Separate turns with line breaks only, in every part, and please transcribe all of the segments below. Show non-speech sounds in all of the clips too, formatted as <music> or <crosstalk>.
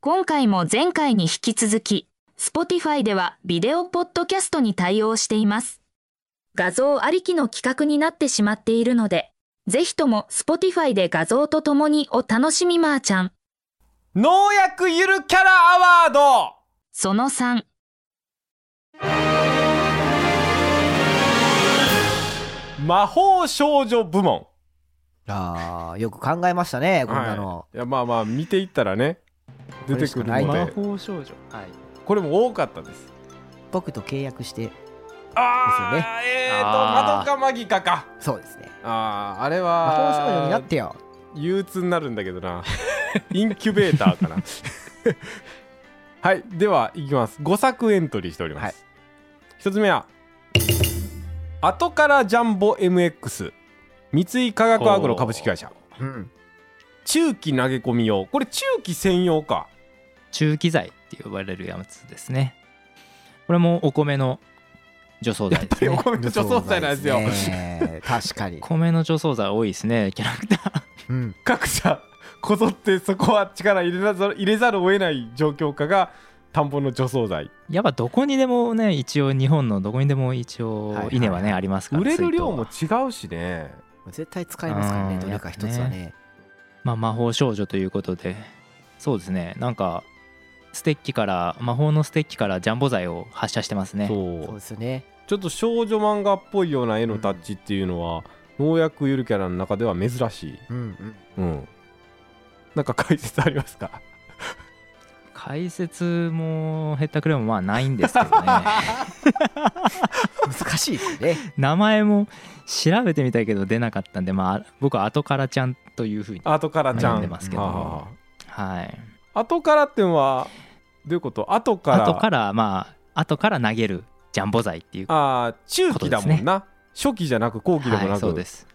今回も前回に引き続き、Spotify ではビデオポッドキャストに対応しています。画像ありきの企画になってしまっているので、ぜひとも Spotify で画像とともにお楽しみまーちゃん。
農薬ゆるキャラアワード
その3、
魔法少女部門
ああ、よく考えましたね、こんなの。
はい、いやまあまあ見ていったらね出てくる
これしかな
の
い
魔
で
法少女はい
これも多かったです
僕と契約し
あ
て、です
あ、えーと
あー
マドカマギカか
そうですね。
あああれ
魔法
は
少女になってよ。
憂鬱になるんだけどな <laughs> インキュベーターかな <laughs> はいではいきます5作エントリーしております、一1つ目は「後からジャンボ MX」三井化学アグロ株式会社
うん。
中期投げ込み用これ中期専用か
中期材って呼ばれるやつですねこれもお米の除草剤です
お
ね
米の除草剤なんですよ
そうですね確
<laughs>
かに。
米の除草剤多いですねキャラクター <laughs>
うん。
各社こぞってそこは力入れなざる入れざるを得ない状況下が田んぼの除草剤
やっぱどこにでもね一応日本のどこにでも一
はいはい
応
はい
稲はねありますから
売れる量
水
も
筒は
違うしね
絶対使いますから
う
ね、
ん
どれか一つはね。
まあ魔法少女ということでそうですねなんかステッキから魔法のステッキからジャンボ剤を発射してますね
そう
そうですよね。
ちょっと少女漫画っぽいような絵のタッチっていうのは、農薬ゆるキャラの中では珍しい、
うんうん。
うん、なんか解説ありますか
解説もヘったくれもまあないんですけどね
<laughs>
難しいですね。
名前も調べてみたけど出なかったんでまあ僕は後からちゃんというふうに
後からちゃ
悩ん
ん
でますけ
あ
どはい
あ後からっていうのはどういうこと後から
後からまあ後から投げるジャンボ剤っていう
ああ中期だもんな、初期じゃなく後期でもなく、
はいそうです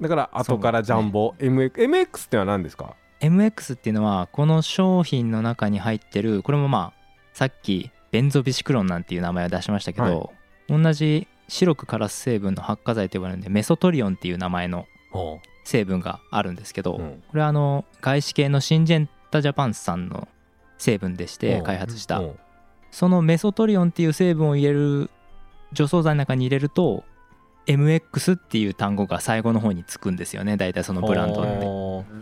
だから後からジャンボ、MX, MX ってのは何ですか
MX っていうのはこの商品の中に入ってるこれもまあさっきベンゾビシクロンなんていう名前を出しましたけど、同じ白くカラス成分の発火剤と呼ばれるんでメソトリオンっていう名前の成分があるんですけど、
うん
これはあの外資系のシンジェンタジャパンスさんの成分でし
う
て
ん
開発した、
うん
そのメソトリオンっていう成分を入れる除草剤の中に入れると MX っていう単語が最後の方につくんですよね大体そのブランドって
ほう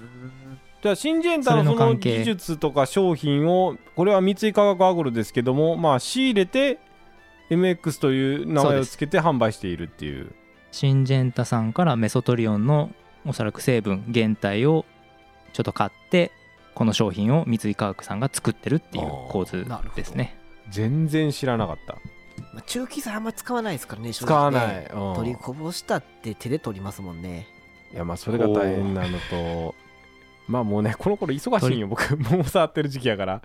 じゃあ新ジェンタのそ
それの
の
関係
技術とか商品をこれは三井化学アグロですけどもまあ仕入れて MX という名前をつけて販売しているっていう
シンジェンタさんからメソトリオンのおそらく成分原体をちょっと買ってこの商品を三井化学さんが作ってるっていう構図
あー
ですね
全然知らなかった
まあ中期材あんま使わないですからね、正
使わ
直ね
ない、うん
取りこぼしたって手で取りますもんね。
いやまあそれが大変なのとまあもうねこの頃忙しいんよ僕もう触ってる時期やから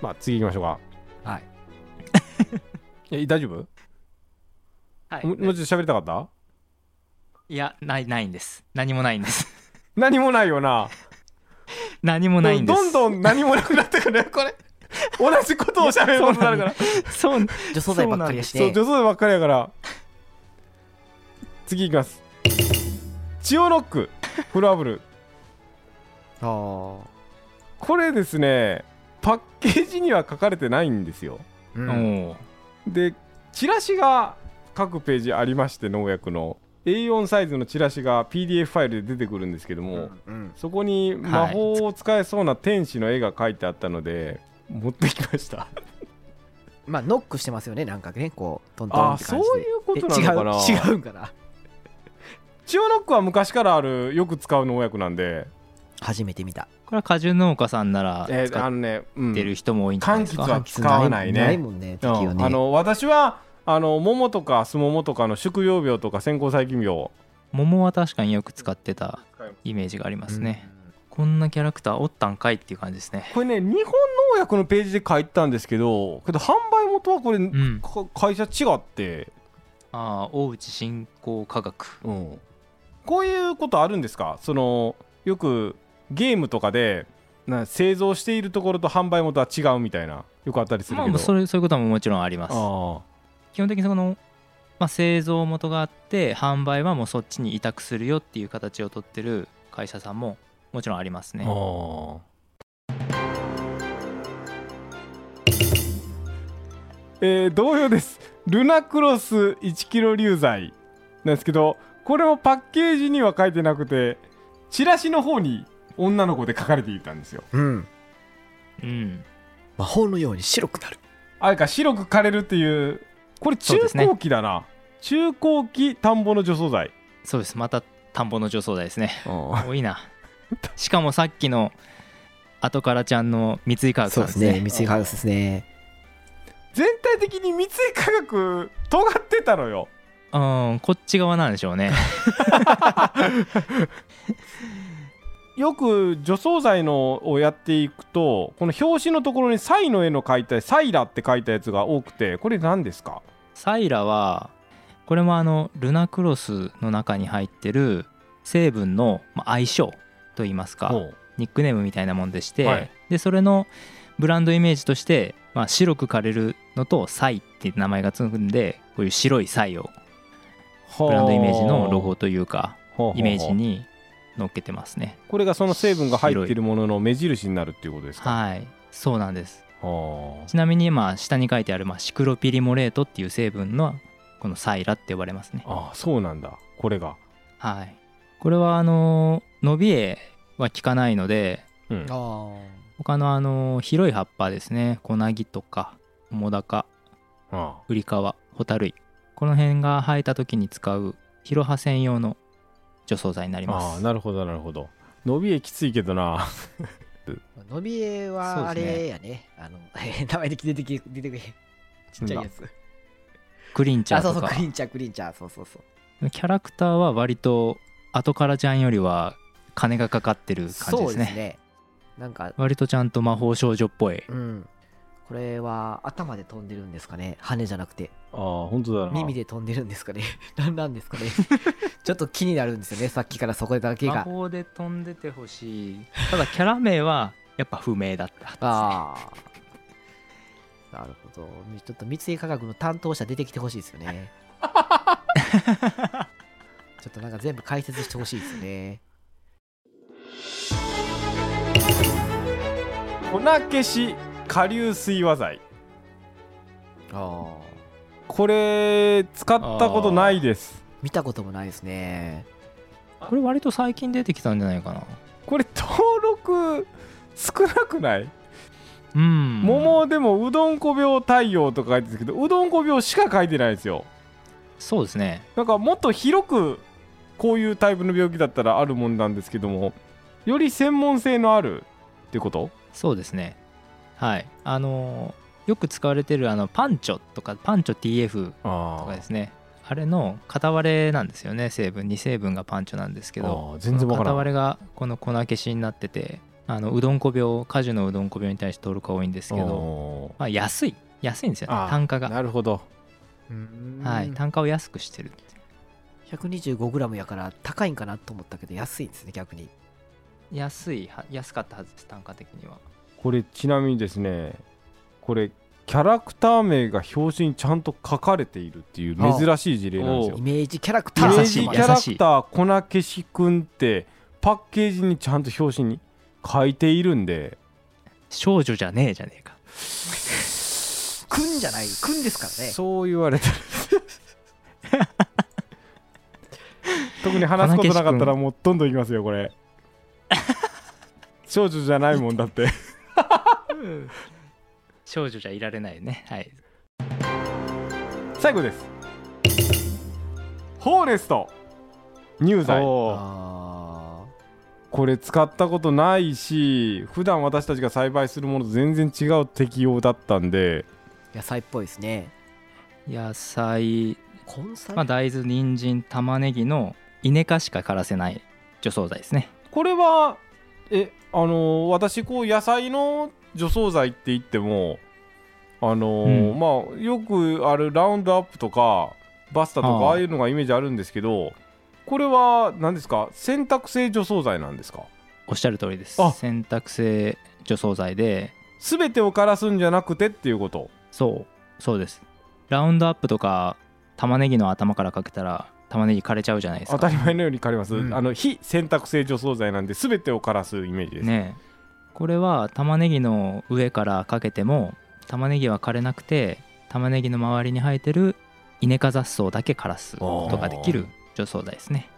まあ次行きましょうか
はい。
え大丈夫
はい
ももうちょっと喋りたかった
いやないないんです何もないんです
<laughs> 何もないよな
何もないんです
どんどん何もなくなってくるよこれ同じことを喋ることにな <laughs> るから
そう
除草剤ばっかりやし
そう
て
女。装ばっかりやから次行きます千代ロックフロアブル
あー
これですねパッケージには書かれてないんですよ
う
お
ん。
ー
でチラシが各ページありまして農薬の A4 サイズのチラシが PDF ファイルで出てくるんですけども、
うん。
そこに魔法を使えそうな天使の絵が書いてあったので、持ってきました
まあ、ノックしてますよね、なんかね、こう、トントン
あ
っ
あ
て
そ
感
う
じで。
いうことなのかな
え違う、違うんかな。
千代ロックは昔からあるよく使う農薬なんで
初めて見た。
これは果樹農家さんなら
えー、
使
あ
っ
のね、うん
てる人も多いんじゃないですか、
柑橘は使わないね
ないもんね、時
うん
はね。
あの私はあの桃とかスモモとかの宿養病とか先行細菌病
桃は確かによく使ってたイメージがありますね、こんなキャラクターおったんかいっていう感じですね
これね日本農薬のページで書いてたんですけどけど販売元はこれ、
うん
か会社違って、
ああ大内振興科学
こういうことあるんですかそのよくゲームとかでな製造しているところと販売元は違うみたいなよくあったりする
ま
けど、
あそれそういうことももちろんあります
あ
基本的にそのまあ、製造元があって販売はもうそっちに委託するよっていう形を取ってる会社さんももちろんありますね。
あえー同様ですルナクロス1キロ流剤なんですけどこれもパッケージには書いてなくてチラシの方に女の子で書かれていたんですよ
うん
うん、
魔法のように白くなる
あれか白く枯れるっていうこれ中
そうですね
高期だな、中高期田んぼの除草剤
そうですまた田んぼの除草剤ですね
あ
多いなしかもさっきの後からちゃんの三井化学さ
そ
ん
うですす
でね
ね三井ハウスですね
全体的に三井化学尖ってたのよ
うんこっち側なんでしょうね
よく除草剤のをやっていくとこの表紙のところにサイの絵の描いたサイラって書いたやつが多くてこれ何ですか
サイラはこれもあのルナクロスの中に入ってる成分のまあ相性といいますか
ほう
ニックネームみたいなもんでして、
はい
でそれのブランドイメージとして、まあ、白く枯れるのと「サイ」って名前がつくんでこういう白いサイをブランドイメージのロゴというか
ほうほうほう
イメージに乗っけてますね
これがその成分が入っているものの目印になるっていうことですか、
はいそうなんです
ほう
ちなみにまあ下に書いてある、まあ、シクロピリモレートっていう成分のこのサイラって呼ばれますね
ああそうなんだこれが、
はいこれはあの伸び絵は効かないので
うん
あ、あ
他のあの広い葉っぱですね小なぎとかモダカ
あ
ウリカワホタルイこの辺が生えた時に使うヒロハ専用の除草剤になりま
ああ
す
なるほどなるほど伸び絵きついけどな
伸び絵はあ
そうです
れやねあの <laughs> 名前で出てき出てくれちっちゃいやつ
クリンチャ
あ
ー
そうそ
と
う
か
クリンチャークリンチャーそうそうそう
キャラクターは割と後からちゃんよりは金がかかってる感じ
そ
で
う
す
で
ね
すねなんか
割とちゃんと魔法少女っぽい
うんこれは頭で飛んでるんですかね羽じゃなくて
ああ本当だな
耳で飛んでるんですかね <laughs> なんなんですかねちょっと気になるんですよねさっきからそこだけ
魔
が
法で飛んでてほしいただキャラ名はやっぱ不明だった
ああなるほどちょっと三井科学の担当者出てきてほしいですよ
<laughs>
ねちょっとなんか全部解説してほしいですよね
粉消し下流水和剤
ああ
これ使ったことないです
見たこともないですね
これ割と最近出てきたんじゃないかな
これ登録少なくない
うん
桃でもうどんこ病対応とか書いてるけどうどんこ病しか書いてないんですよ
そうですね
なんかもっと広くこういうタイプの病気だったらあるもんなんですけどもより専門性のあるってこと
そうですねはいあのーよく使われてるあのパンチョとかパンチョ TF と
あ
かですねあれの片割れなんですよね成分2成分がパンチョなんですけど
全然わから
片
ない
割れがこの粉消しになっててあのうどんこ病果樹のうどんこ病に対して登録が多いんですけど、まあ、安い安いんですよね単価が
なるほど
はい単価を安くしてるっていう
125g やから高いんかなと思ったけど安いんですね逆に
安いは安かったはずです単価的には
これちなみにですねこれキャラクター名が表紙にちゃんと書かれているっていう珍しい事例なんですよ
イメージキャラク
イ
タ
メ
ー
ー
優
ジ
し
キ
い
ャ
優
ラ
し
ク
い
ター粉消しくんってパッケージにちゃんと表紙に書いているんで
少女じゃねえじゃねえか
くんじゃないくんですからね
そう言われたら特に話すことなかったらもうどんどんいきますよこ
<laughs>
れ少女じゃないもんだって
少女じゃいられないねはい
最後ですホーレスト乳剤
あ
これ使ったことないし普段私たちが栽培するものと全然違う適用だったんで
ー野菜っぽいですね
野菜
根菜、
まあ、大豆人参玉ねぎの稲科しか枯らせない除草剤ですね
これはえあのー私こう野菜の除草剤って言ってもあのー
うん
まあよくあるラウンドアップとかバスタと
あ
か
あ
ああいうのがイメージあるんですけどこれは何ですか選択性除草剤なんですか
おっしゃる通りです
あ
選択性除草剤で
全てを枯らすんじゃなくてっていうこと
そうそうですラウンドアップとか玉ねぎの頭からかけたら玉ねぎ枯れちゃうじゃないです
当
か
たり前のように枯れます、
うん
あの非洗濯性除草剤なんで全てを枯らすイメージです、
ねえこれは玉ねぎの上からかけても玉ねぎは枯れなくて玉ねぎの周りに生えてるイネ科雑草だけ枯らすことができる除草剤ですね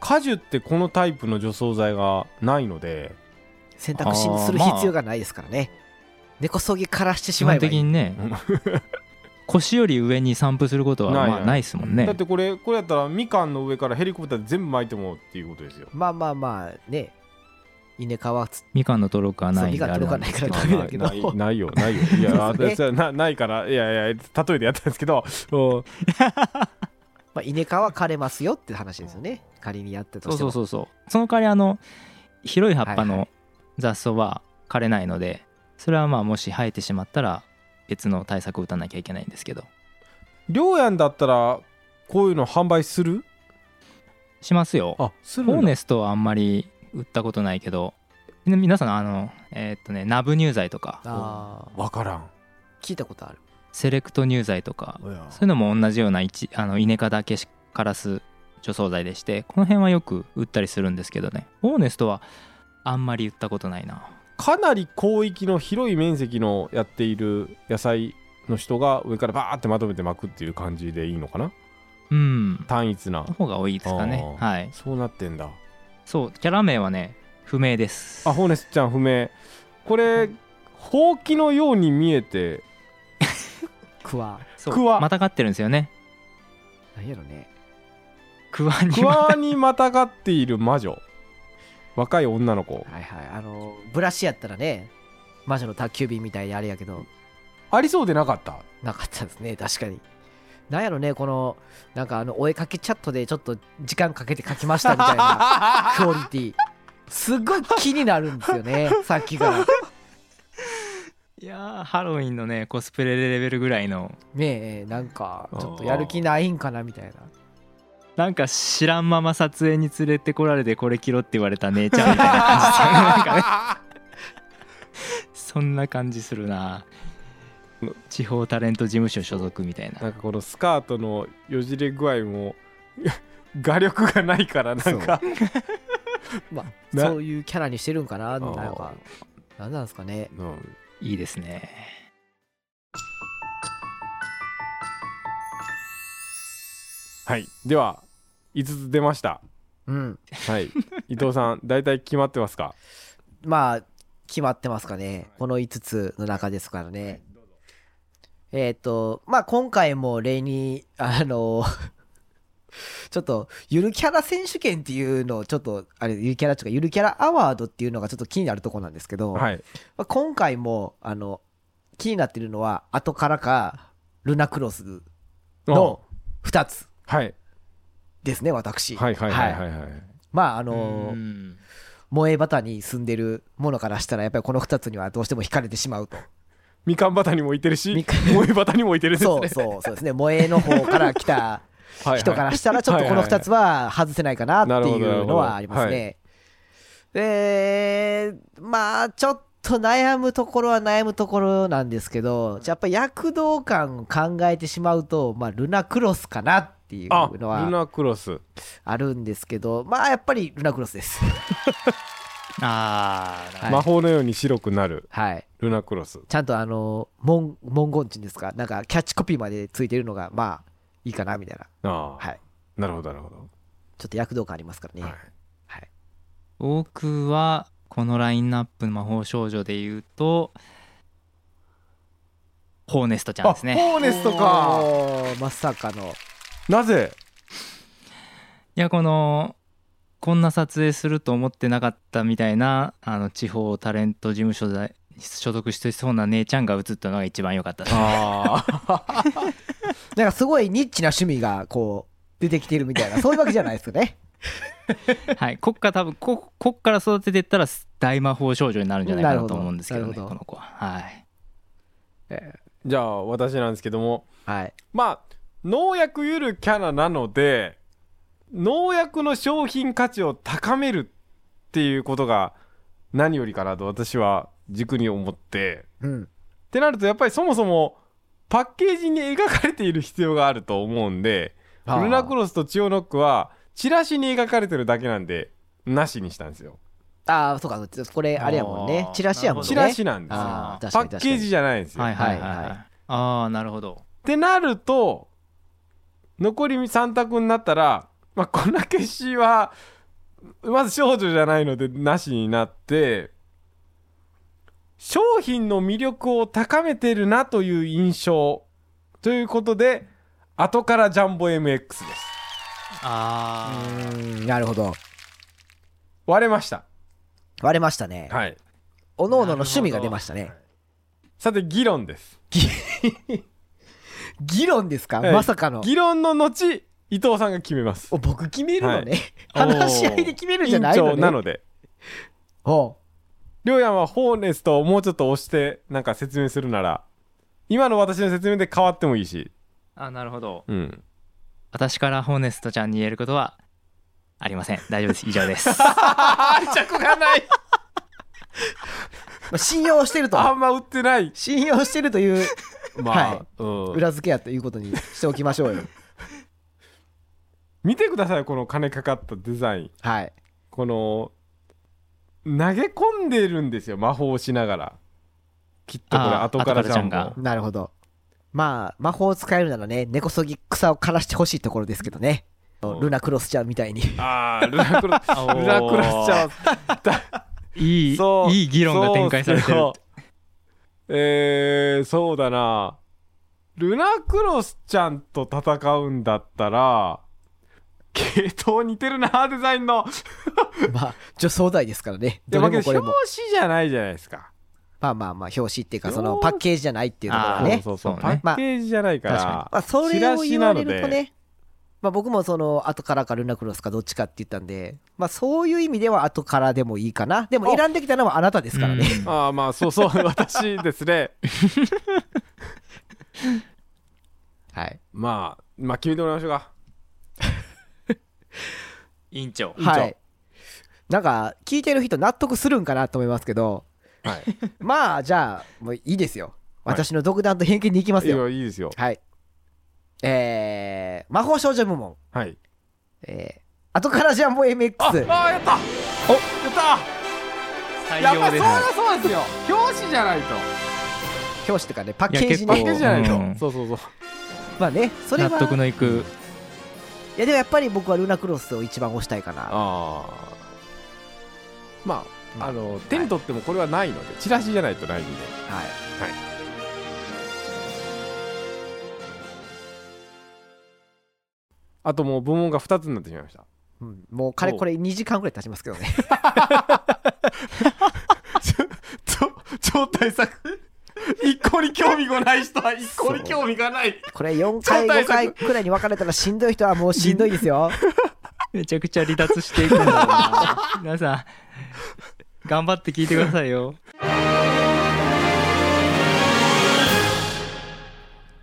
果樹ってこのタイプの除草剤がないので
選択肢にする必要がないですからね。根こそぎ枯らして
基
しま
本
えばい
的
い。
にね腰より上に散布することは
ない
まあ
ない
ないですもんね
だってこれこれやったらみかんの上からヘリコプターで全部巻いてもっていうことですよ
まあまあまあね、稲川はつ
みかんの登録はないんで
そう
あれなんですけど
みかんのダメだけど
ないないないよないよいや
そうですね
私はなないからいやいや例えでやったんですけどうん
まあ、稲川は枯れますよって話ですよね。仮にやったと
そ
し
う
て
そ
も。
うそうそうその代わりあの広い葉っぱ
はいは
の雑草は枯れないのでそれはまあもし生えてしまったら別の対策を打たなきゃいけないんですけど
良やんだったらこういうの販売する
しますよ
あする
ホー
んだ
ネストはあんまり売ったことないけどみ皆さんあのえーっとねナブ乳剤とか
ああ、
わからん
聞いたことある。
セレクト乳剤とかそういうのも同じような一あのイネ科だけしからす除草剤でしてこの辺はよく売ったりするんですけどねホーネストはあんまり売ったことないな
かなり広域の広い面積のやっている野菜の人が上からバーってまとめて巻くっていう感じでいいのかな
うん
単一な
の方が多いですかね
あー
はい
そうなってんだ
そうキャラ名はね不明です
あホーネスちゃん不明これほうきのように見えて
クワ。
そう
クワ
またがってるんですよね
何やろね。
クワに
クワにまたがっている魔女若い女の子
はいはい。あの、ブラシやったらね、魔女の宅急便みたいであれやけど、
ありそうでなかった
なかったですね、確かに。なんやろね、この、なんかあの、お絵かきチャットでちょっと時間かけて書きましたみたいな。
<laughs>
クオリティすっごい気になるんですよ
<laughs>
ねさっきから
いやーハロウィンのねコスプレレベルぐらいの
ねえなんかちょっとやる気ないんかなみたいな
なんか知らんまま撮影に連れてこられてこれ着ろって言われた姉ちゃんみたいな感
<laughs>
じなんかねそんな感じするな地方タレント事務所所属みたい
なん
な
かこのスカートのよじれ具合も画力がないからなんか
まあ
な
そういうキャラにしてるんかななんかなんなんですかね
うん
いいですね
はいでは5つ出ました
うん
はい伊藤さん大体決まってますか
まあ決まってますかねこの5つの中ですからねえっ、とまあ今回も例に <laughs> あのちょっとゆるキャラ選手権っていうのをちょっとあれゆるキャラとかゆるキャラアワードっていうのがちょっと気になるとこなんですけど、
はい
まあ、今回もあの気になってるのは後からかルナクロスの2つ
はい
ですね私
はいはいはいはいはい
まああの
う
ー
ん
萌えバタに住んでるものからしたらやっぱりこの2つにはどうしても惹かれてしま
<laughs>
うと
みかん畑にもいてるし
みかん
萌え畑にもいてるですね
そうそうそうですね萌えの方から来た
はいはい
人からしたらちょっとこの2つは外せないかなっていうのはあります
はい
ねでまあちょっと悩むところは悩むところなんですけどやっぱ躍動感を考えてしまうと、まあ、ルナクロスかなっていう
あ
の
ル
は
ナクロス
あるんですけどまあやっぱりルナクロスです。
あーなるほど
はい
魔法のように白くなる
はい
ルナクロス
ちゃんとあの文文言っていうんですかなんかキャッチコピーまでついてるのがまあいいかなみたいな、
ああ
はい、
なるほどなるほど
ちょっと躍動感ありますからね。
はい
僕はこのラインナップ魔法少女で言うとホーネストちゃんです
あ
ね
ホーネストか
おーまさかの
なぜ
いやこのこんな撮影すると思ってなかったみたいなあの地方タレント事務所で所属してそうな姉ちゃんが映ったのが一番良かったです
あ
なんかすごいニッチな趣味がこう出てきてるみ
<laughs>
たいなそういうわけじゃないですよね。
はいこっから多分ここっから育てていったら大魔法少女になるんじゃないか
なる
な
ほ
と
ど
思うんですけどね
なるほど
この子ははい
<laughs> じゃあ私なんですけども
はい、
まあ農薬ゆるキャラなので農薬の商品価値を高めるっていうことが何よりかなと私は軸に思って
うん
ってなるとやっぱりそもそもパッケージに描かれている必要があると思うんでルナクロスとチオノックはチラシに描かれてるだけなんでなしにしたんですよ
ああそうかこれあれやもんね
あー
チラシやもんね
チラシなんですよ
あ
パ
ー確かに確
ッ
かに
ケージじゃないんですよ、
はいはい
は
はいい
は
はいいああなるほど
ってなると残り3択になったら、まあ、粉消しはまず少女じゃないのでなしになって商品の魅力を高めてるなという印象ということで後からジャンボ MX です
う
ああ
ーんなるほど
割れました
割れましたね
はい
おのおのの趣味が出ましたね
さて議論です
議論ですか
はい
まさかの
議論の後伊藤さんが決めます
お僕決めるのね
はい
話し合いで決めるん
委
じゃ
員
ないの
長
ね
なので
ほ
りょうやんはホーネストをもうちょっと押してなんか説明するなら今の私の説明で変わってもいいし
あなるほど
うん
私からホーネストちゃんに言えることはありません大丈夫です以
<laughs>
上です
愛着がない
うまあ信用してると
あんま売ってない
信用してるという
まあ、
はい
うん、
裏付けやということにしておきましょ
<laughs>
うよ
見てくださいこの金かかったデザイン
はい
この投げ込んでるんですよ魔法をしながらきっとこれ
あー
後から
後
ジ
から
ャン
ジャンが
ボ
なるほどまあ魔法を使えるならね根こそぎ草を枯らしてほしいところですけどね
うん
ルナクロスちゃん
<laughs>
みたいに
あ <laughs> あルナクロルナクロスちゃん
いい
そう
いい議論が展開されてる
そうっすけどえー、そうだなルナクロスちゃんと戦うんだったら系統似てるな <laughs> デザインの
まあ除草剤ですからね
でも
どれ
け
も
ど
こ
表紙
れも
じゃないじゃないですか
まあまあまあ表紙っていうかその
表
パッケージじゃないっていうところは
あ
ね
そうそうそう
そうね
パッケージじゃないから、
ま
まあ、それを言われ
チラシな
ると
ので
ね、まあ、僕もその後からかルナクロスかどっちかって言ったんで、まあ、そういう意味では後からでもいいかなでも選んできたのはあなたですからね、
うん
ああまあそうそう <laughs> 私ですね
はい
まあまあ決めてもらいましょうか
委員長
以上
はいなんか聞いてる人納得するんかなと思いますけど
はい
まあじゃあもういいですよ
はい
私の独断と偏見に行きます
いい
よはい、
よいいですよ
えー、魔法少女部門
はい
えー後からジャンボ MX
ああーやったおやったや
採
っぱ
用
り
で
そ
す
うだそうですよ表紙じゃないと
表紙とかねパッケージ
い
の
や
パッケー
結構
ジじゃないと、
うん
そうそうそう
まあねそれは
納得のいく
いやでもやっぱり僕はルナクロスを一番推したいかな
ああま
ま
あ
あ
あの手に取ってもこれはないので、チラシじゃないとないんで
はい。
はいあともう部門が2つになってしまいました
うんもうかれこれ2時間ぐらい経ちますけどね。
超大作 <laughs> 一向に興味がない人は一
向に興
味がない
これ4回
<laughs> 超大
5
作
回くらいに分かれたらしんどい人はもうしんどいですよ。
めちゃくちゃ離脱していくんだな皆さん頑張って聞いてくださいよ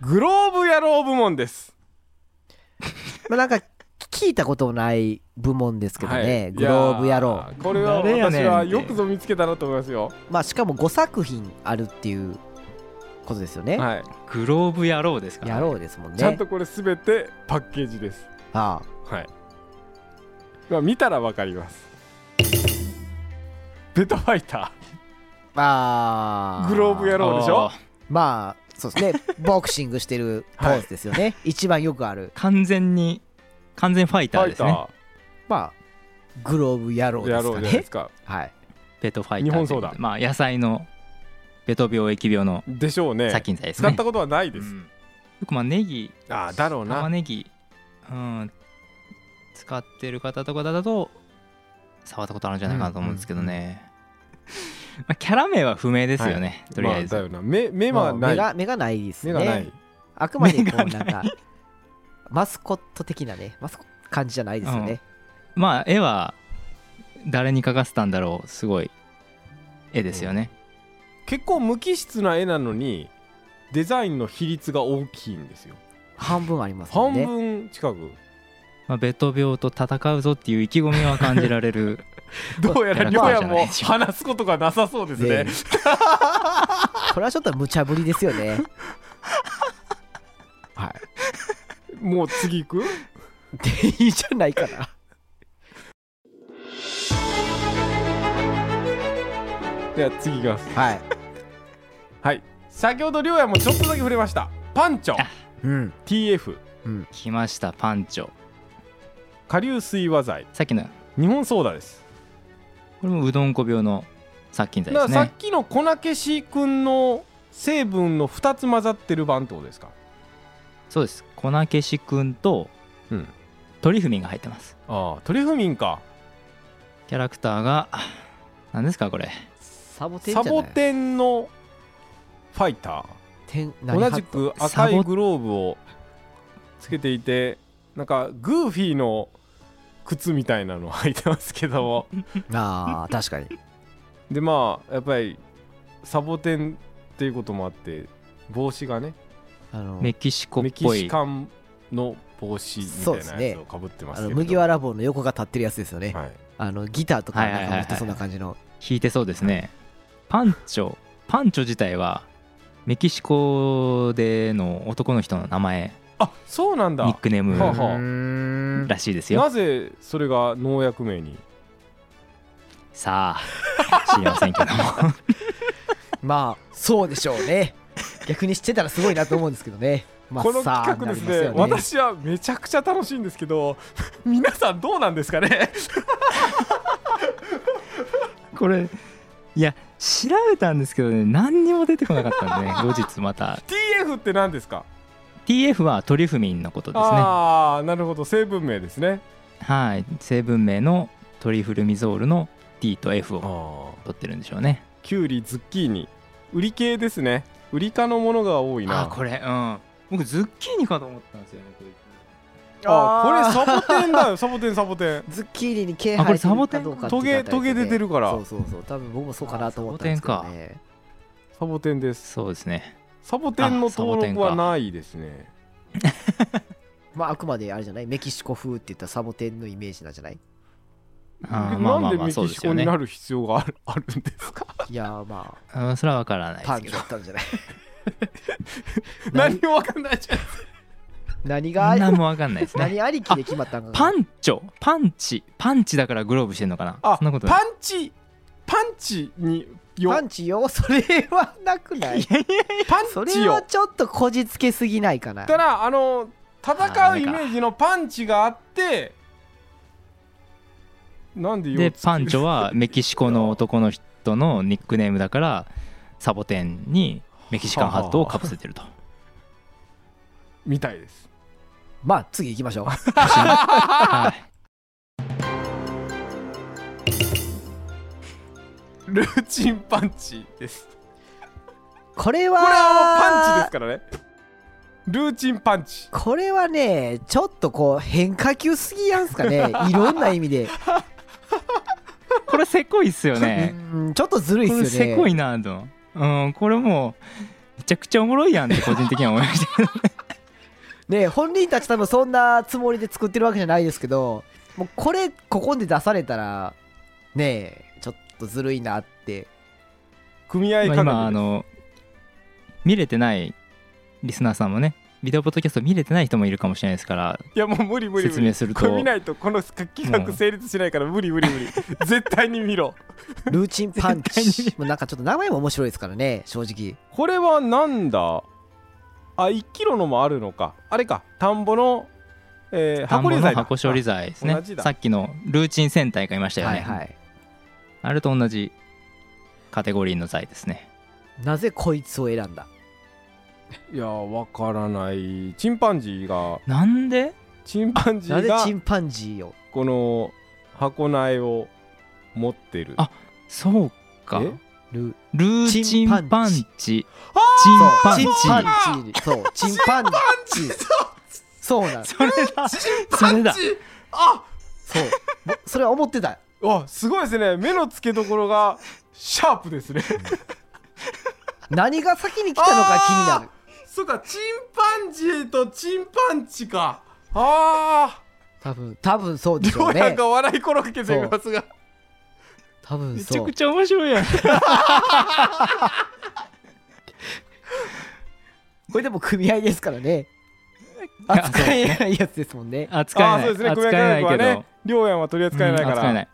グローブ野郎部門です
まあなんか聞いたこともない部門ですけどね、
はい
グローブ野
い
郎
や。ーこれは
誰や
私
ねん
はよくぞ見つけたなと思いますよ
まあしかも5作品あるっていうことですよね。
はい
グローブ野郎ですから
野郎ですもん
ちゃん
ね
と。これすべてパッケージです。
ああ
はい。まあ見たらわかります。ベトファイタ
まあ
ー、グローブ野郎でしょ
あ。ー
まあそ
<laughs>
うですね、ボクシングしてるポーズですよね。一番よくある。
完全に完全ファイ
フ
ター
ァ
で
イ
す
タ
ね
ー、
まあグローブ野郎で
野
すか
郎じゃないで
ね
す。か。
はい。
ベトファイタ
日
ー
本そうだ
まあ野菜のベト病疫病の
でしょうね。
殺菌剤です
使
ね
ったことはないです。
うんよくまあネギ
ああ、だろう
玉
な。
ねぎうん使ってる方とかだと触ったことあるんじゃないかなと思うんですけどね、まあ、キャラ名は不明ですよね、とりあえず、
まだよな。目目
ま
は
あ
な
目
い。
が目がないです
目
ね。
がない。
あくまでこう
目
な
が
んかマスコット的なねマスコ感じじゃないですよね、
まあ絵は誰に描かせたんだろうすごい絵ですよね、
結構無機質な絵なのにデザインの比率が大きいんですよ。
半分ありますもん
半
ね
分近く。
まあ、ベト病と戦うぞっていう意気込みは感じられる
<laughs> どうやらりょうや
まあ
も話すことがな <laughs> さそうです
ね
ね。
これはちょっと無茶ぶりですよねは
もう次行く
い。でいいじゃないかな。
では次行きます
はい。
はい先ほど亮也もちょっとだけ触れましたパンチョ
あ
うん。
TF
来ましたパンチョ
下流水和剤
さっきのこ
日本ソーダです
れもうどんこ病の殺菌剤
だ
で
から
す
さっ
ね
きの粉消しくんの成分の2つ混ざってる版ってことですか
そうです粉消しくんと
うん
トリフミンが入ってます
ああトリフミンか
キャラクターが何ですかこれ
サボテンじ
サ
ゃない
ボテンのファイタ
テン
ー同じく赤いグローブをつけていてなんかグーフィーの靴みたいなの履いてますけど
<laughs>
も
ああ確かに
でまあやっぱりサボテンっていうこともあって帽子がね
あの
<laughs> メキシコっ
メキ
ぽ
シ
い
カンの帽子みた
そうで
い
す
な
ね
やつをかぶってま
あ
すけ
の
ど
麦わら帽の横が立ってるやつですよね、
はい、
あのギターとか
はいはい
な
は
んか持
い
ってそんな感じの
引いてそうですねパンチョパンチョ自体はメキシコでの男の人の名前
あそうなんだ
ニックネー
はあ
ム
はあ
うーん
らしいですよ
なぜそれが農薬名に
さあ知りませんけ
<laughs>
ども
まあそうでしょうね逆に知ってたらすごいなと思うんですけどね、まあ、
この
さあ
企画ですね
なりまよ
私はめちゃくちゃ楽しいんですけど <laughs> 皆さんどうなんですかね
これいや調べたんですけどね何にも出てこなかったんでね後日また
TF って何ですか
TF はトリュフミンのことですね
ああなるほど成分名ですね
はい成分名のトリフルミゾールの T と F を
あ
取ってるんでしょうね
キュウリズッキーニ売り系ですね売り科のものが多いな
あこれうん僕ズッキーニかと思ったんですよねこれ
あ
あ
ーこれサボテンだよサボテンサボテン
ズッキーニに毛
あこ
生
れ
えて
サボ
る
テ
か
ン
どうか
トゲ
っていうあたりで
トゲ
すね
出てるから
そうそうそう多分僕もそうかなと思ったんですけどね
サボテンです
そうですね
サボテンの
あサボ
登
テン
録
か
はないですね
まああくまであれじゃないメキシコ風って言ったらサボテンのイメージなんじゃない
あーま
な
あま
ん
あ
で
まあ
メ
そう
キ
で
シ
す
コ
よ
に
ね
なる必要がある <laughs> あるんです
<laughs>
か
いやーまあ
うんそれは分からないで
パ
す
ン
け
チ
ど
だったんじゃない
何
何
もわかんないじゃん
<laughs> 何が
何も分かんないですね
何ありきで決まったんか
パンチョパンチパンチだからグローブしてんのかな
あ
そんなことない
パンチパンチによ
パンチよそれはなくない
パ
そ
ンチ
れ
よ
はちょっとこじつけすぎないかな
たらあの戦
あ
う
ー
イメージのパンチがあってなんで
でパンチョ
は <laughs>
はメキシコの男の人のニックネームだからサボテンにメキシカンハットをかぶせてると
みたいです
まあ次行きましょう
はい
ルーチンパンチです
これ
こ
は
れはもうパンチですからねルーチンパンチ
これはねちょっとこう変化球すぎやんすかねいろんな意味で、
これせこいっすよ
<laughs>
う
ね
ーんちょっとずるいっ
これ
すよ
せこい
ね
なとうんこれもうめちゃくちゃおもろいやんって個人的には思いましたけど
ね本人たち多分そんなつもりで作ってるわけじゃないですけどもうこれここで出されたらねえちょっとずるいなって
組合
まあ
か
今
な
あの見れてないリスナーさんもねビデオポッドキャスト見れてない人もいるかもしれないですから
いやもう無理無理無
説
理
明する
これ見
と
ないとこの企画成立しないから無理無理無
<laughs>
理絶対に見ろ
ルーチンパン
絶対
チもうなんかちょっと名前も面白いですからね正直
これはなんだあ1キロのもあるのかあれか田んぼの、えー、
田ん
箱
ぼの
根剤だ
箱処理剤です
あ
ね
同じだ
さっきのルーチン戦隊がいましたよ
は
ね、
いはい
あれと同じカテゴリーの剤ですね
なぜこいつを選んだ
いやわからないチンパンジーが
なんで
チンパンジ
な
ー
ぜ
が
チンパンジーを
この箱苗を持ってる
あそうか
え
ル
ルーチンパンチ
チンパンチ
チンパン
そう
チ
チンパンチそうチンパンチそうなん
それだそれだ
あ
そうぼそれは思ってた
あすごいですね目の付けどころがシャープですね
何が先に来たのか気になる
そうかチンパンジーとチンパンチかああ
多分多分そうでしょ
ど
う
うや
ね
か笑い転がけていますが
多分
めちゃ
そう
くちゃ面白いやん
これでも組合ですからね扱えないやつですもんね。
扱えない
あーそうですね
扱えない
組合価格
けど、
はね両山は取り扱えないから、
扱えない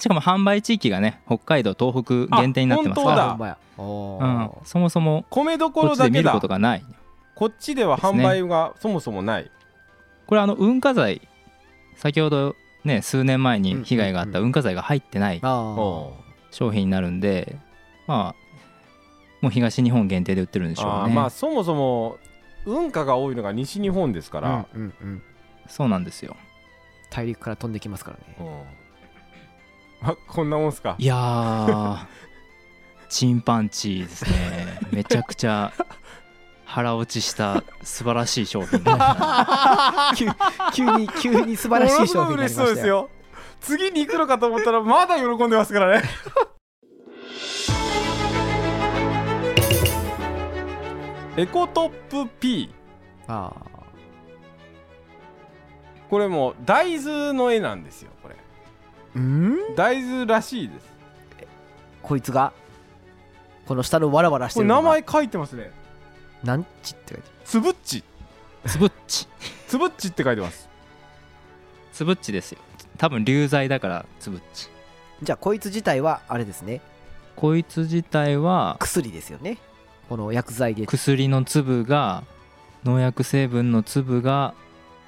しかも販売地域がね北海道東北限定になってます
そう
か
だ
あほんまや。お
ら
ー
うん、そもそも
米どこ
こ
ろ
っちで
だけ
見る
だ
ことがない
こっちでは販売がそもそもない、
これあの文化財先ほどね数年前に被害があっ
うんうん
た文化財が入ってない
あ
商品になるんでまあもう東日本限定で売ってるんでしょ
あ
う
ー
ね、
まあそもそも運河が多いのが西日本ですか
あ
ら、
うんうんうん。
そうなんですよ
大陸から飛んできますからね。
うんあこんなもんすか
いやーチンパンチーですねめちゃくちゃ腹落ちした素晴らしい商品だ
<laughs>
な
急急に急に素晴らしい商品に
も
な
の
り
す
ま
ごい嬉しそう
し
で
た
す
よ。
よ次に行くのかと思った
<laughs>
らまだ喜んでますからねエコトップ P
あ
これもう大豆の絵なんですよこれ
ーうん？
大豆らしいです
こいつがこの下のわらわらし
これ
てるの
名
が
前書いてますね
なんちって書いて
つぶっち <laughs>
つぶっち
つぶっちって書いてます
つぶっちですよ多分流罪だからつぶっち
るじゃあこいつ自体はあれですね
こいつ自体は
薬ですよねこの薬剤で
薬の粒が農薬成分の粒が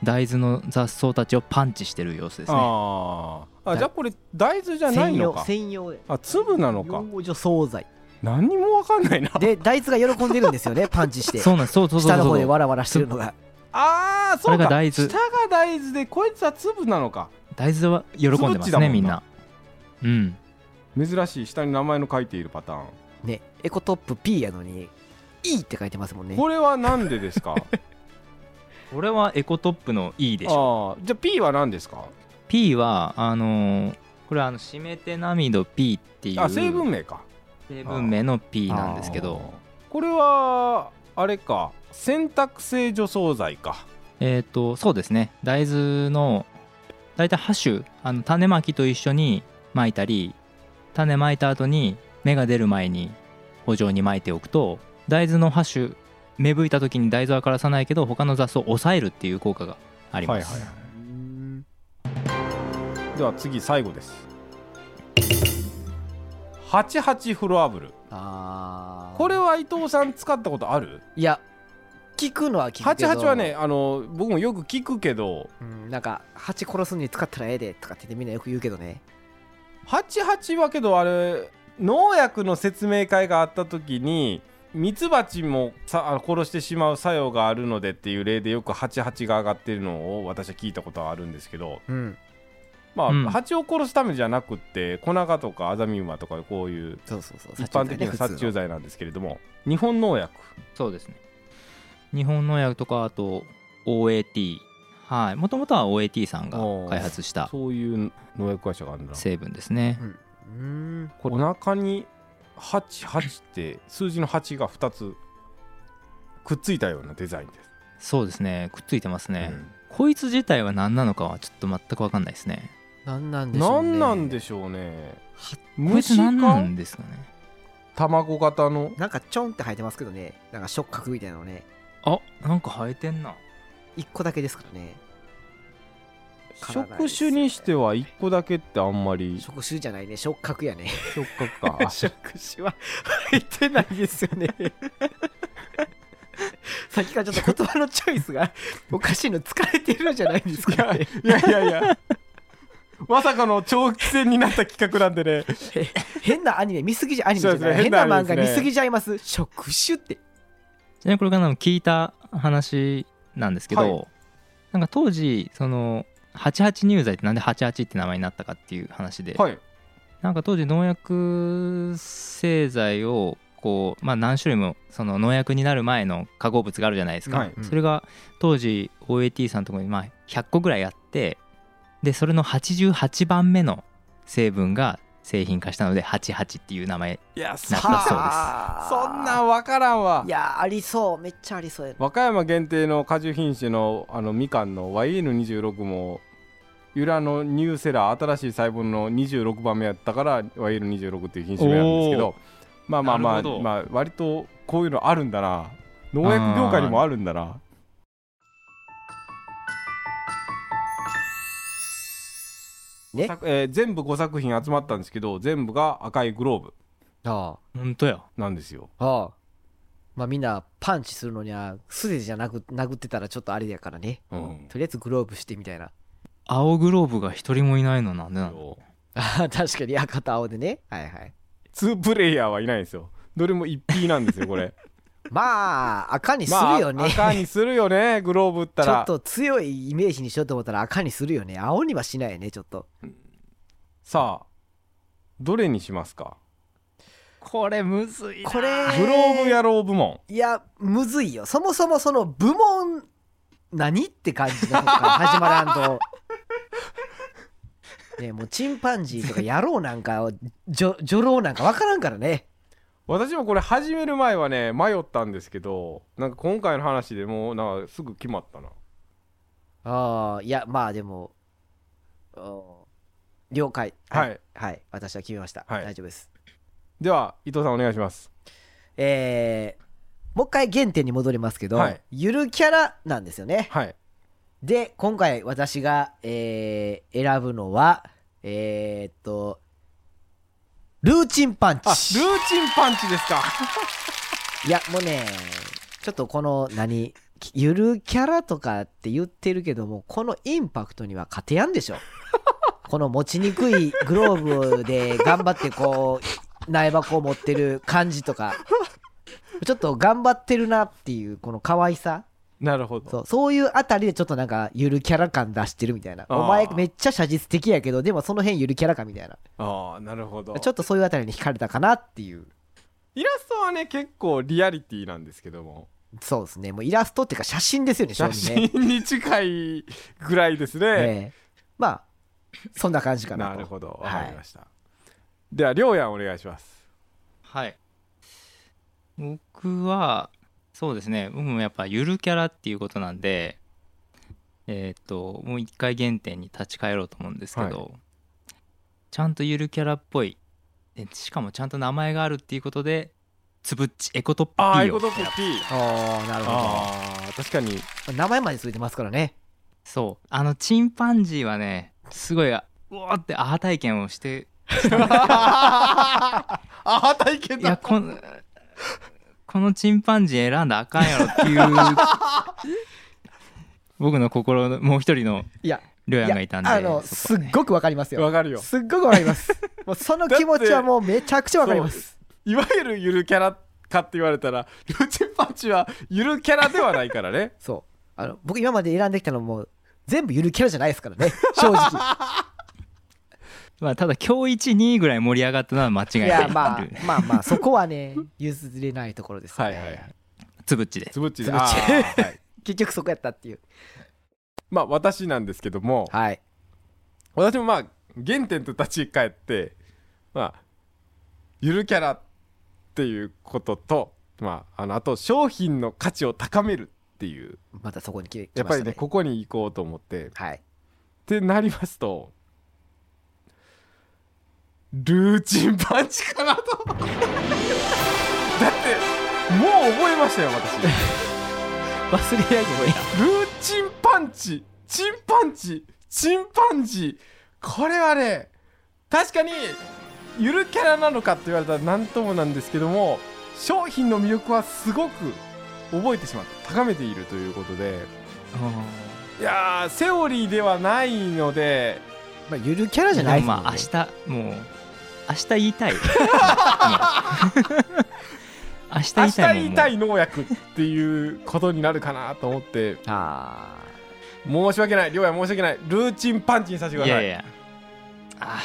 大豆の雑草たちをパンチしてる様子ですね
あーあじゃあこれ大豆じゃない
専
の
用
か
専用で
あ粒なのか
養助惣菜
何にもわかんないな
で大豆が喜んでるんですよねパンチして
そうなんですそうそうそう
下の
そ
方で
う
わらわらしてるのが
ああそう
これ
か
が大豆
下が大豆でこいつは粒なのか
大豆は喜んで
つぶっ
ま
ち
す
だもん
ね
な
みんなうん
珍しい下に名前の書いているパターン
ねエコトップ P やのに E って書いてますもんね
これは何でですか
これはエコトップの E <laughs> でしょ
あーじゃあ P は何ですか
P はあのーこれはあのシメテナミド P っていう
あ成分名か
成分名の P なんですけど
あーこれはあれか洗濯性除草剤か
えっ、とそうですね大豆の大体ハッシュあの種まきと一緒にまいたり種まいた後に芽が出る前に補助にまいておくと大豆のハッシュ芽吹いた時に大豆は枯らさないけど他の雑草を抑えるっていう効果があります、
はいはいでは次最後です88フロアブル
あー
これは伊藤さん使ったことある
いや聞くのは聞くけど
88はね、あの僕もよく聞くけど
うんなんか蜂殺すのに使ったらええでとかって言ってみんなよく言うけどね
88はけどあれ農薬の説明会があった時にミツバチもさあの殺してしまう作用があるのでっていう例でよく88が上がってるのを私は聞いたことはあるんですけど
うん
まあ、
うん
蜂を殺すためじゃなくって粉ガとかアザミウマとかこういう
そうそうそう
一般的な殺虫
剤ね
剤なんですけれども日本農薬
そうですね日本農薬とかあと OAT はいもともとは OAT さんが開発した
そういう農薬会社があるんだ
成分ですね
普通のうんうん
これお腹に88って数字の8が2つくっついたようなデザインです、
そうですねくっついてますね、
うん
こいつ自体は何なのかはちょっと全く分かんないですね。
なんなんでしょう
な
ね
んなんでしょうね
は
こいつ
虫
何な
か
んですかね
卵型の
なんかちょんって生えてますけどねなんか触覚みたいなのね
あなんか生えてんな。
一個だけですからね体ですよね
触手にしては1個だけってあんまり
触手じゃないね触覚やね
触覚かあ
触手は生えてないですよねさっきからちょっと言葉のチョイスがおかしいの疲れてるんじゃないですか、ね、
<laughs> いやいやいやまさかの長期戦になった企画なんでね
変なアニメ見すぎじゃアニメじゃない、
そうですね
変な漫
変なアニメ
画
で
見
すね
すぎちゃいます触手 <laughs> って
ちなみにこれがなんか聞いた話なんですけど、
はい
なんか当時その88乳剤ってなんで88って名前になったかっていう話で、
はい
なんか当時農薬製剤をこう、まあ、何種類もその農薬になる前の化合物があるじゃないですか、
はい
うん
それが当時 OAT さんのところにまあ100個ぐらいあってでそれの88番目の成分が製品化したので88っていう名前
いや
な
さ
っ
あ
たそうです
そんなんんわからんわ
いやありそうめっちゃありそうやな
和歌山限定の果樹品種のあのみかんの YN26 も由良のニューセラー新しい細胞の26番目やったから YN26 っていう品種名なんですけ
お
どまあまあま
な
あ、
るほど
まあ、割とこういうのあるんだな農薬業界にもあるんだな
ね
さえー全部5作品集まったんですけど全部が赤いグローブ
あ
ほんとや
なんですよ
あああまあみんなパンチするのには素手じゃなく殴ってたらちょっとあれやからね、
うん
とりあえずグローブしてみたいな <laughs>
青グローブが一人もいないのなんでなんだ
ああ確かに赤と青でねはいはい
2プレイヤーはいないんですよどれも一匹なんですよこ
<laughs>
れ
まあ赤にする
まあ
よね、
赤にするよねグローブ打った
ちょ
ら
っと強いイメージにしようと思ったら赤にするよね青にはしないよねちょっと
さあどれにしますか
これむずい
これ
グローブ野郎部門
いやむずいよそもそもその部門何って感じのとこから始まらん
<laughs>
とねもうチンパンジーとか野郎なんかじょ女郎なんか分からんからね
私もこれ始める前はね迷ったんですけどなんか今回の話でもうなんかすぐ決まったな
ああいやまあでもうん了解
はい、
はい私は決めました、
はい
大丈夫です
では伊藤さんお願いします
えーもう一回原点に戻りますけど、
はい
ゆるキャラなんですよね
はい
で今回私が、えー選ぶのはえーっとルーチンパン
あルー
チ
チンパンチですか <laughs>
いやもうねちょっとこの何きゆるキャラとかって言ってるけどもこのインパクトには勝てやんで
<laughs>
しょこの持ちにくいグローブで頑張ってこう苗箱を持ってる感じとかちょっと頑張ってるなっていうこの可愛さ
なるほど
そうそういうあたりでちょっとなんかゆるキャラ感出してるみたいな
あー
お前めっちゃ写実的やけどでもその辺ゆるキャラ感みたいな
ああなるほど
ちょっとそういうあたりに惹かれたかなっていう
イラストはね結構リアリティなんですけども
そうですねもうイラストっていうか写真ですよね正
写
直ね
真に近いぐらいですね、
ええまあそんな感じかな
な
と
るほどわ
はい
かりました、ではりょうやんお願いします
はい僕はそうですね僕もやっぱゆるキャラっていうことなんでえーっともう一回原点に立ち返ろうと思うんですけど、ちゃんとゆるキャラっぽいでしかもちゃんと名前があるっていうことでつぶっちエコトップ
ああいう
P
こ
を
とって P
あーなるほ
ああ確かに
ど名前までついてますからね
そうあのチンパンジーはねすごいうおーってアハ体験をして
<laughs> ああ体験
い
<laughs>
やこのこのチンパンジー選んだらあかんやろっていう僕の心のもう一人の
いや
りょう
い
やん
や
がいたんで
あの
そ
す
こ
っ
はね
ごくわかります
わ
よ
かるよ
すっごくわかりますもうその気持ちはもうめちゃくちゃわかります
いわゆるゆるキャラかって言われたらりょうちんパンチはゆるキャラではないからね
そうあの僕今まで選んできたのも全部ゆるキャラじゃないですからね正直
まあ、ただ今日12位ぐらい盛り上がったのは間違い
い
ない
やまあ
<laughs>
まあまあそこはね <laughs> 譲れないところですね
<laughs> はいはいはい
つぶっちで
つぶっちで
つぶっち
あ
<laughs>
ーはい
結局そこやったっていう
<laughs> まあ私なんですけども、
はい
私もまあ原点と立ち返ってまあゆるキャラっていうこととまああのあと商品の価値を高めるっていう
またそこに来来
やっ
ま
ぱ
し
り
た
ね
ね
ここに行こうと思ってっ
はい
てなりますとルーチンパンチかなと <laughs> だってもう覚えましたよ私
忘れないでもいい
ルーチンパンチチンパンチチンパンジーこれはね確かにゆるキャラなのかって言われたら何ともなんですけども商品の魅力はすごく覚えてしまった高めているということでいやーセオリーではないので
まあゆるキャラじゃ
で
ない
も
ですもんね
まあ明日もう明日言いたいね明日
明
言い
日言い
たいもんも
た
う
い農薬っていうことになるかなと思って
あ
申し訳ないりょうや申し訳ないルーチンパンチにさせてくだ
い
さ
や
い
いやあ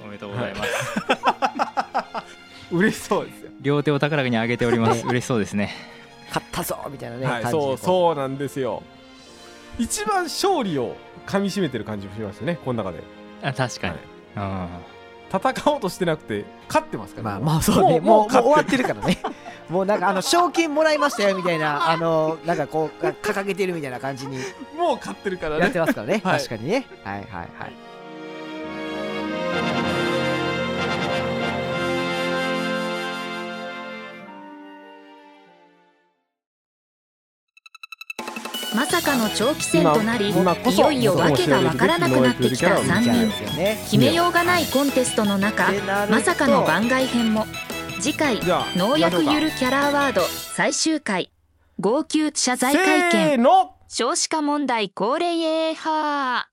ーおめでとうございます、
嬉しそうですよ
両手を高らかに上げております嬉しそうですね
ー勝ったぞみたいなね、
はい、
感じで
そう
こ
そうなんですよ一番勝利を噛みしめてる感じもしましたねこの中で
あ確かに、うん
戦おうとしてなくて勝ってますか
う
ら
まあ
もう
まあそうねもうもう
勝
終わってるからね <laughs> もうなんかあの賞金もらいましたよみたい
<laughs>
なあのなんかこう掲げてるみたいな感じに
もう勝ってるから
やっ
ね
てま
<laughs>
すからね、
はい
確かにねはいはいはい
まさかの長期戦となり
今こ
い
そ
よいよ訳がわからなくなってきた3
いいん
人
ですよね
決めようがないコンテストの中
でなると
まさかの番外編も次回
じゃあ
農薬ゆるキャラアワード最終回号泣謝罪会
せー
見
の
少子化問題高齢永遠派